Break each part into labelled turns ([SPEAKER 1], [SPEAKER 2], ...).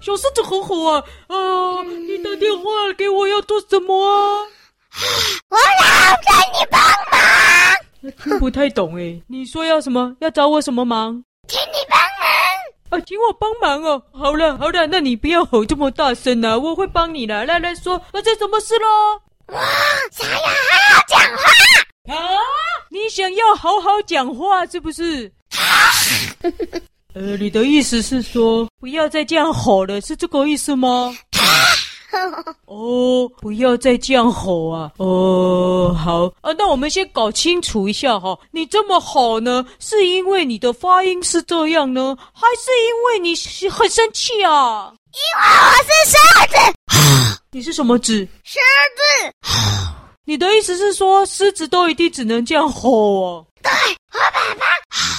[SPEAKER 1] 小狮子吼吼啊啊！你打电话给我要做什么啊？
[SPEAKER 2] 我老跟你帮忙，
[SPEAKER 1] 听不太懂哎，你说要什么？要找我什么忙？
[SPEAKER 2] 请你帮忙。
[SPEAKER 1] 啊，请我帮忙哦！好了好了，那你不要吼这么大声啊，我会帮你的。来来说，发生什么事喽？
[SPEAKER 2] 哇，小呀，还要讲话？
[SPEAKER 1] 啊！你想要好好讲话是不 是？呃，你的意思是说不要再这样吼了，是这个意 思吗？哦，不要再这样吼啊！哦，好啊，那我们先搞清楚一下哈、你这么吼呢，是因为你的发音是这样呢，还是因为你是很生气啊？
[SPEAKER 2] 因为我是狮子，
[SPEAKER 1] 你是什么子？
[SPEAKER 2] 狮子，
[SPEAKER 1] 你的意思是说狮子都一定只能这样吼哦？
[SPEAKER 2] 对我爸爸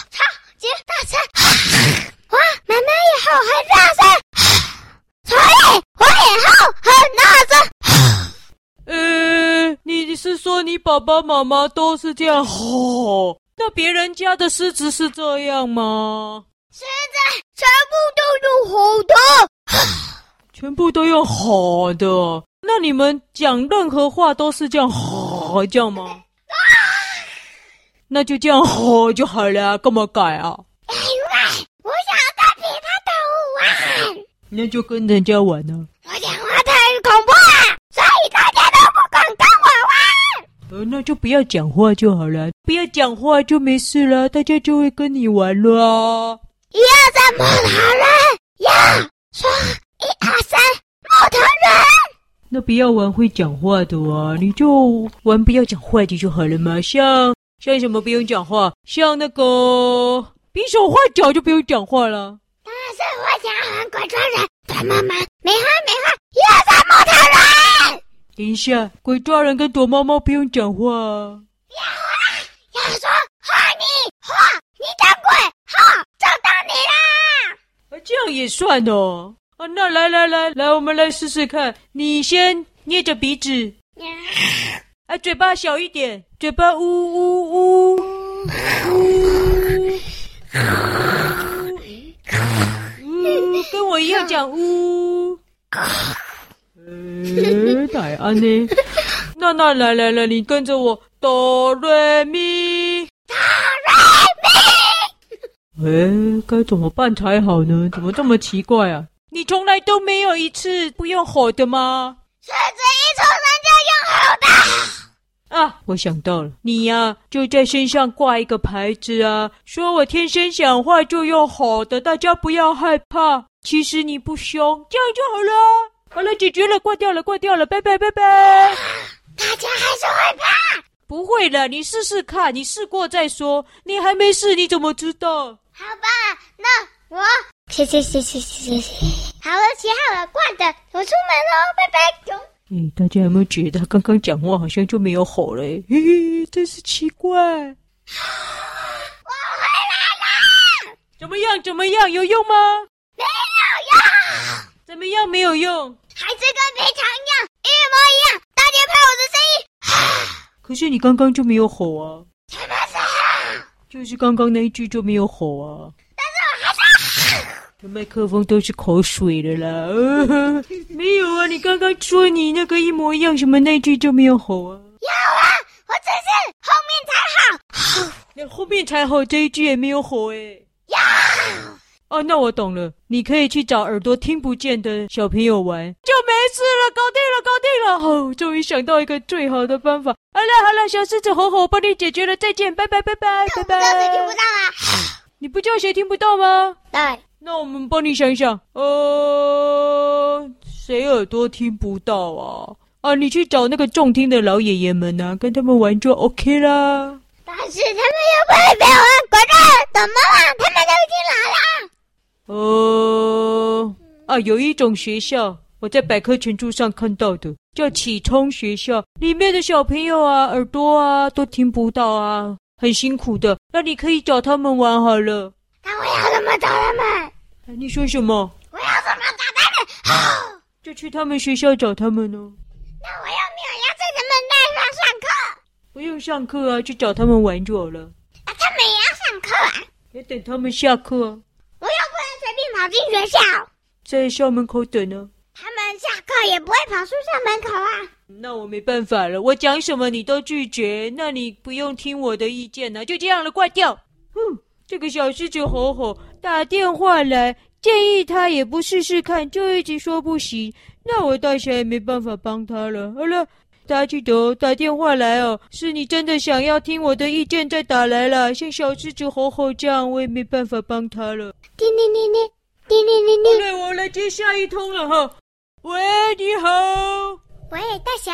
[SPEAKER 2] 超级大声，哇，妈妈也吼很大声，所以我也吼很大声。
[SPEAKER 1] 呃，你是说你爸爸妈妈都是这样吼？那别人家的狮子是这样吗？
[SPEAKER 2] 狮子全部都是吼的，
[SPEAKER 1] 全部都用吼的？那你们讲任何话都是这样吼，这样吗？那就这样吼就好了，干嘛改啊？
[SPEAKER 2] 因为我想再比他的舞啊。
[SPEAKER 1] 那就跟人家玩啊呢、
[SPEAKER 2] 我讲话太恐怖了，所以大家都不敢跟我玩。
[SPEAKER 1] 呃，那就不要讲话就好了，不要讲话就没事了，大家就会跟你玩了啊。
[SPEAKER 2] 一二三，木头人，呀，说一二三，木头人。
[SPEAKER 1] 那不要玩会讲话的啊，你就玩不要讲话的就好了嘛。像像什么不用讲话，像那个比手画脚就不用讲话了。
[SPEAKER 2] 但是我想玩滚床人，短妈妈，没话没话，一二三，木头人。
[SPEAKER 1] 等一下，鬼抓人跟躲猫猫不用讲话啊。
[SPEAKER 2] 要说画你画你掌柜，好，找到你啦。
[SPEAKER 1] 啊，这样也算哦。啊，那来来来来，我们来试试看。你先捏着鼻子，啊，嘴巴小一点，嘴巴呜呜呜呜。呜，跟我一样讲呜。呃，哪安呢？那那来来来，你跟着我，哆瑞咪。哎，该怎么办才好呢？怎么这么奇怪啊？你从来都没有一次不用吼的吗？
[SPEAKER 2] 狮子一出生就用吼的，
[SPEAKER 1] 啊，我想到了，你呀、就在身上挂一个牌子啊，说我天生讲话就用吼的，大家不要害怕。其实你不凶，这样就好了啊。好了，解决了，挂掉了，挂掉了，拜拜拜拜。
[SPEAKER 2] 大家还是会怕。
[SPEAKER 1] 不会了，你试试看，你试过再说。你还没试，你怎么知道？
[SPEAKER 2] 好吧，那我谢谢谢谢谢谢谢。好了，写好了，挂着，我出门喽，拜拜。
[SPEAKER 1] 诶，哎大家有没有觉得他刚刚讲话好像就没有吼了？诶，嘿嘿真是奇怪。我回来啦！怎么样？怎么样？有用吗？
[SPEAKER 2] 没有用，
[SPEAKER 1] 怎么样？没有用。
[SPEAKER 2] 还是跟平常一样，一模一样。大家拍我的声音，
[SPEAKER 1] 可是你刚刚就没有吼啊，
[SPEAKER 2] 什么时候？
[SPEAKER 1] 就是刚刚那一句就没有吼啊。麦克风都是口水的啦、呃，没有啊！你刚刚说你那个一模一样，什么那句就没有吼啊？
[SPEAKER 2] 有啊，我只是后面 才好。
[SPEAKER 1] 那后面才吼这一句也没有吼哎、哦，那我懂了，你可以去找耳朵听不见的小朋友玩，就没事了，搞定了，搞定了！哦，终于想到一个最好的办法。好了好了，小狮子吼吼，我帮你解决了，再见，拜拜拜拜拜
[SPEAKER 2] 不知道谁听不
[SPEAKER 1] 拜。
[SPEAKER 2] 到啊？
[SPEAKER 1] 你不叫谁听不到吗？
[SPEAKER 2] 对，
[SPEAKER 1] 那我们帮你想一想，呃，谁耳朵听不到啊？啊，你去找那个重听的老爷爷们呐、跟他们玩就 OK 啦。
[SPEAKER 2] 但是他们又不会陪我玩滚蛋，怎么了？他们都已经来了。
[SPEAKER 1] 呃，啊，有一种学校，我在百科全书上看到的，叫启聪学校，里面的小朋友啊，耳朵啊都听不到啊，很辛苦的。那你可以找他们玩好了。
[SPEAKER 2] 那我要怎么找他们？
[SPEAKER 1] 啊你说什么？
[SPEAKER 2] 我要怎么找他们？哦
[SPEAKER 1] 就去他们学校找他们哦，
[SPEAKER 2] 那我要没有要在他们那上上课？
[SPEAKER 1] 不用上课啊，去找他们玩就好了。
[SPEAKER 2] 啊，他们也要上课啊！
[SPEAKER 1] 要等他们下课啊。
[SPEAKER 2] 我又不能随便跑进学校。
[SPEAKER 1] 在校门口等啊。
[SPEAKER 2] 他们下课也不会跑出校门口啊。
[SPEAKER 1] 那我没办法了，我讲什么你都拒绝，那你不用听我的意见了，就这样了，挂掉。哼，这个小狮子吼吼打电话来，建议他也不试试看，就一直说不行，那我大侠也没办法帮他了。好了，大家记得哦打电话来哦，是你真的想要听我的意见再打来啦。像小狮子吼吼这样，我也没办法帮他了。
[SPEAKER 2] 叮叮叮叮，叮叮叮叮。
[SPEAKER 1] 对，我来接下一通了哈。喂，你好。
[SPEAKER 2] 喂，大侠，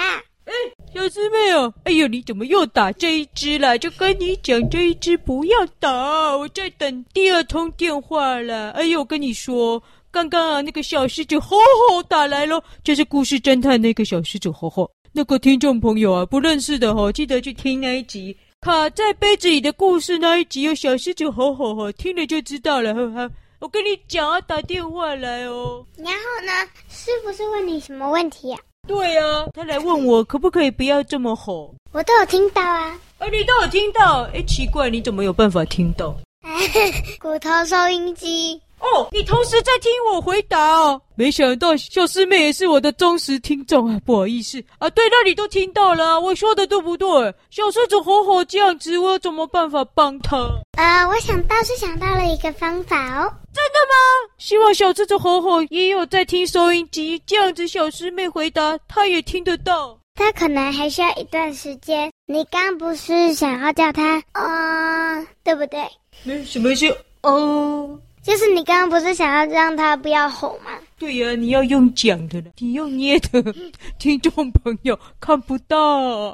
[SPEAKER 1] 小师妹哦，哎呦，你怎么又打这一只啦？就跟你讲，这一只不要打，我在等第二通电话啦。哎呦，我跟你说，刚刚啊，那个小狮子吼吼打来咯，就是故事侦探那个小狮子吼吼。那个听众朋友啊，不认识的哦，记得去听那一集《卡在杯子里的故事》那一集，有小狮子吼吼吼，听了就知道了。呵呵，我跟你讲啊，打电话来哦。
[SPEAKER 2] 然后呢？师傅是问你什么问题呀、
[SPEAKER 1] 对啊，他来问我可不可以不要这么吼。
[SPEAKER 2] 我都有听到啊。
[SPEAKER 1] 哎，你都有听到？哎，奇怪，你怎么有办法听到？
[SPEAKER 2] 骨头收音机，
[SPEAKER 1] 哦，你同时在听我回答哦。没想到小师妹也是我的忠实听众啊，不好意思啊。对，那你都听到了啊、我说的对不对？小狮子吼吼这样子，我有怎么办法帮他？
[SPEAKER 2] 呃，我想到是想到了一个方法哦。
[SPEAKER 1] 真的吗？希望小狮子吼吼也有在听收音机，这样子小师妹回答他也听得到。
[SPEAKER 2] 他可能还需要一段时间。你刚不是想要叫他，呃，对不对？
[SPEAKER 1] 没什么事哦。
[SPEAKER 2] 就是你刚刚不是想要让他不要吼吗？
[SPEAKER 1] 对呀、你要用讲的了，你用捏的， 听众朋友看不到、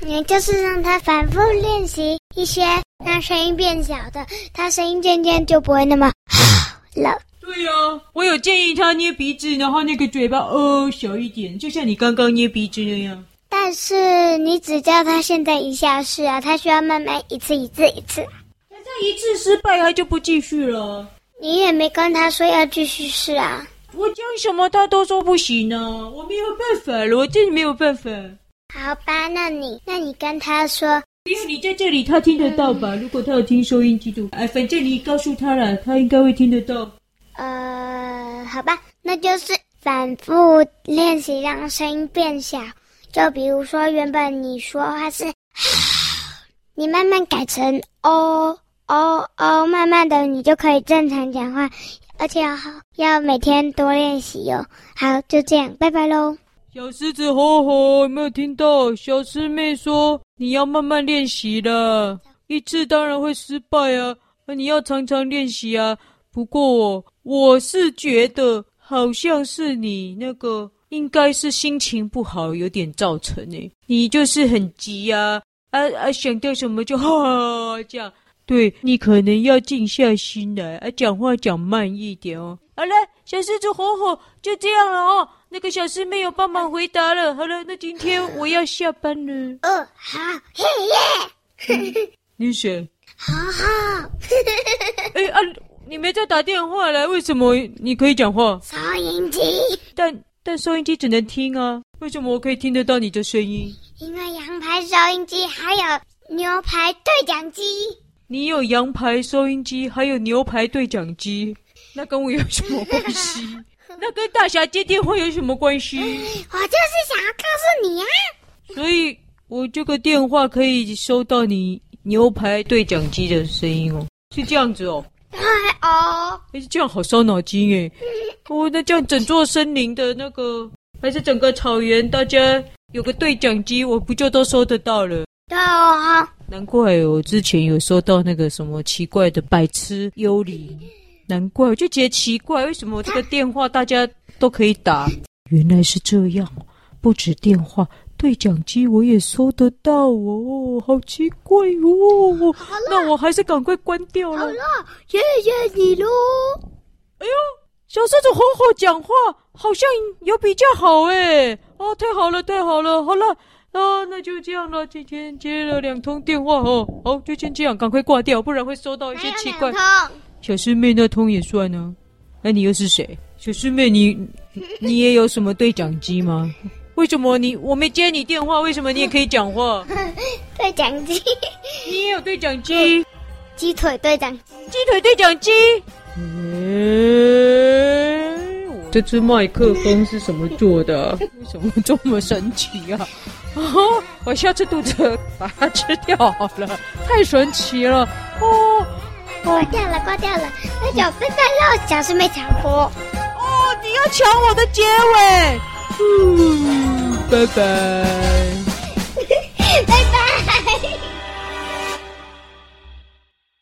[SPEAKER 2] 你就是让他反复练习一些让声音变小的，他声音渐渐就不会那么 了。
[SPEAKER 1] 对呀、我有建议他捏鼻子，然后那个嘴巴哦小一点，就像你刚刚捏鼻子那样。
[SPEAKER 2] 但是你只叫他现在一下是啊，他需要慢慢一次一次一次。
[SPEAKER 1] 但这一次失败，他就不继续了。
[SPEAKER 2] 你也没跟他说要继续试啊。
[SPEAKER 1] 我讲什么他都说不行呢、我没有办法了，我真的没有办法。
[SPEAKER 2] 好吧，那你那你跟他说，
[SPEAKER 1] 因为你在这里，他听得到吧？如果他有听收音机的，哎，反正你告诉他了，他应该会听得到。
[SPEAKER 2] 呃，好吧，那就是反复练习让声音变小。就比如说，原本你说话是，你慢慢改成哦哦哦，慢慢的你就可以正常讲话，而且要要每天多练习哦。好，就这样，拜拜喽。
[SPEAKER 1] 小狮子吼吼，有没有听到？小师妹说你要慢慢练习的，一次当然会失败啊，那你要常常练习啊。不过我我是觉得好像是你那个应该是心情不好有点造成诶、你就是很急啊啊啊，想到什么就哈、这样。对你可能要静下心来，啊，讲话讲慢一点哦。好了，小狮子吼吼，就这样了哦。那个小师妹有帮忙回答了。好了，那今天我要下班了。
[SPEAKER 2] 哦，好，嘿耶，
[SPEAKER 1] 你谁？
[SPEAKER 2] 好好，
[SPEAKER 1] 哎啊，你没在打电话来，为什么你可以讲话？
[SPEAKER 2] 收音机，
[SPEAKER 1] 但但收音机只能听啊，为什么我可以听得到你的声音？
[SPEAKER 2] 因为羊排收音机还有牛排对讲机，
[SPEAKER 1] 你有羊排收音机，还有牛排对讲机，那跟我有什么关系？ 那跟大侠接电话有什么关系？
[SPEAKER 2] 我就是想要告诉你啊。
[SPEAKER 1] 所以我这个电话可以收到你牛排对讲机的声音哦，是这样子哦。
[SPEAKER 2] 嗨哦，
[SPEAKER 1] 哎，这样好烧脑筋哎！哦，那这样整座森林的那个，还是整个草原，大家有个对讲机，我不就都收得到了？
[SPEAKER 2] 对哦，
[SPEAKER 1] 难怪我之前有收到那个什么奇怪的白痴幽灵，难怪我就觉得奇怪，为什么这个电话大家都可以打？原来是这样，不止电话，对讲机我也收得到哦，好奇怪哦！那我还是赶快关掉了。
[SPEAKER 2] 谢谢你喽。
[SPEAKER 1] 哎呦，小狮子吼吼讲话，好像有比较好哎！哦，太好了，太好了，好了，啊，那就这样了。今天接了两通电话哦，好，就先这样，赶快挂掉，不然会收到一些奇
[SPEAKER 2] 哎
[SPEAKER 1] 怪。小师妹那通也算呢、那你又是谁？小师妹你，你也有什么对讲机吗？为什么你我没接你电话？为什么你也可以讲话？
[SPEAKER 2] 对讲机，
[SPEAKER 1] 你也有对讲机？
[SPEAKER 2] 鸡腿对讲机，
[SPEAKER 1] 鸡腿对讲机。诶、我这只麦克风是什么做的啊？为什么这么神奇啊？哦，我下次肚子把它吃掉好了，太神奇了哦！
[SPEAKER 2] 挂掉了，挂掉了。那小笨蛋绕脚是没抢过。
[SPEAKER 1] 哦，你要抢我的结尾，嗯，拜拜。
[SPEAKER 2] 拜拜。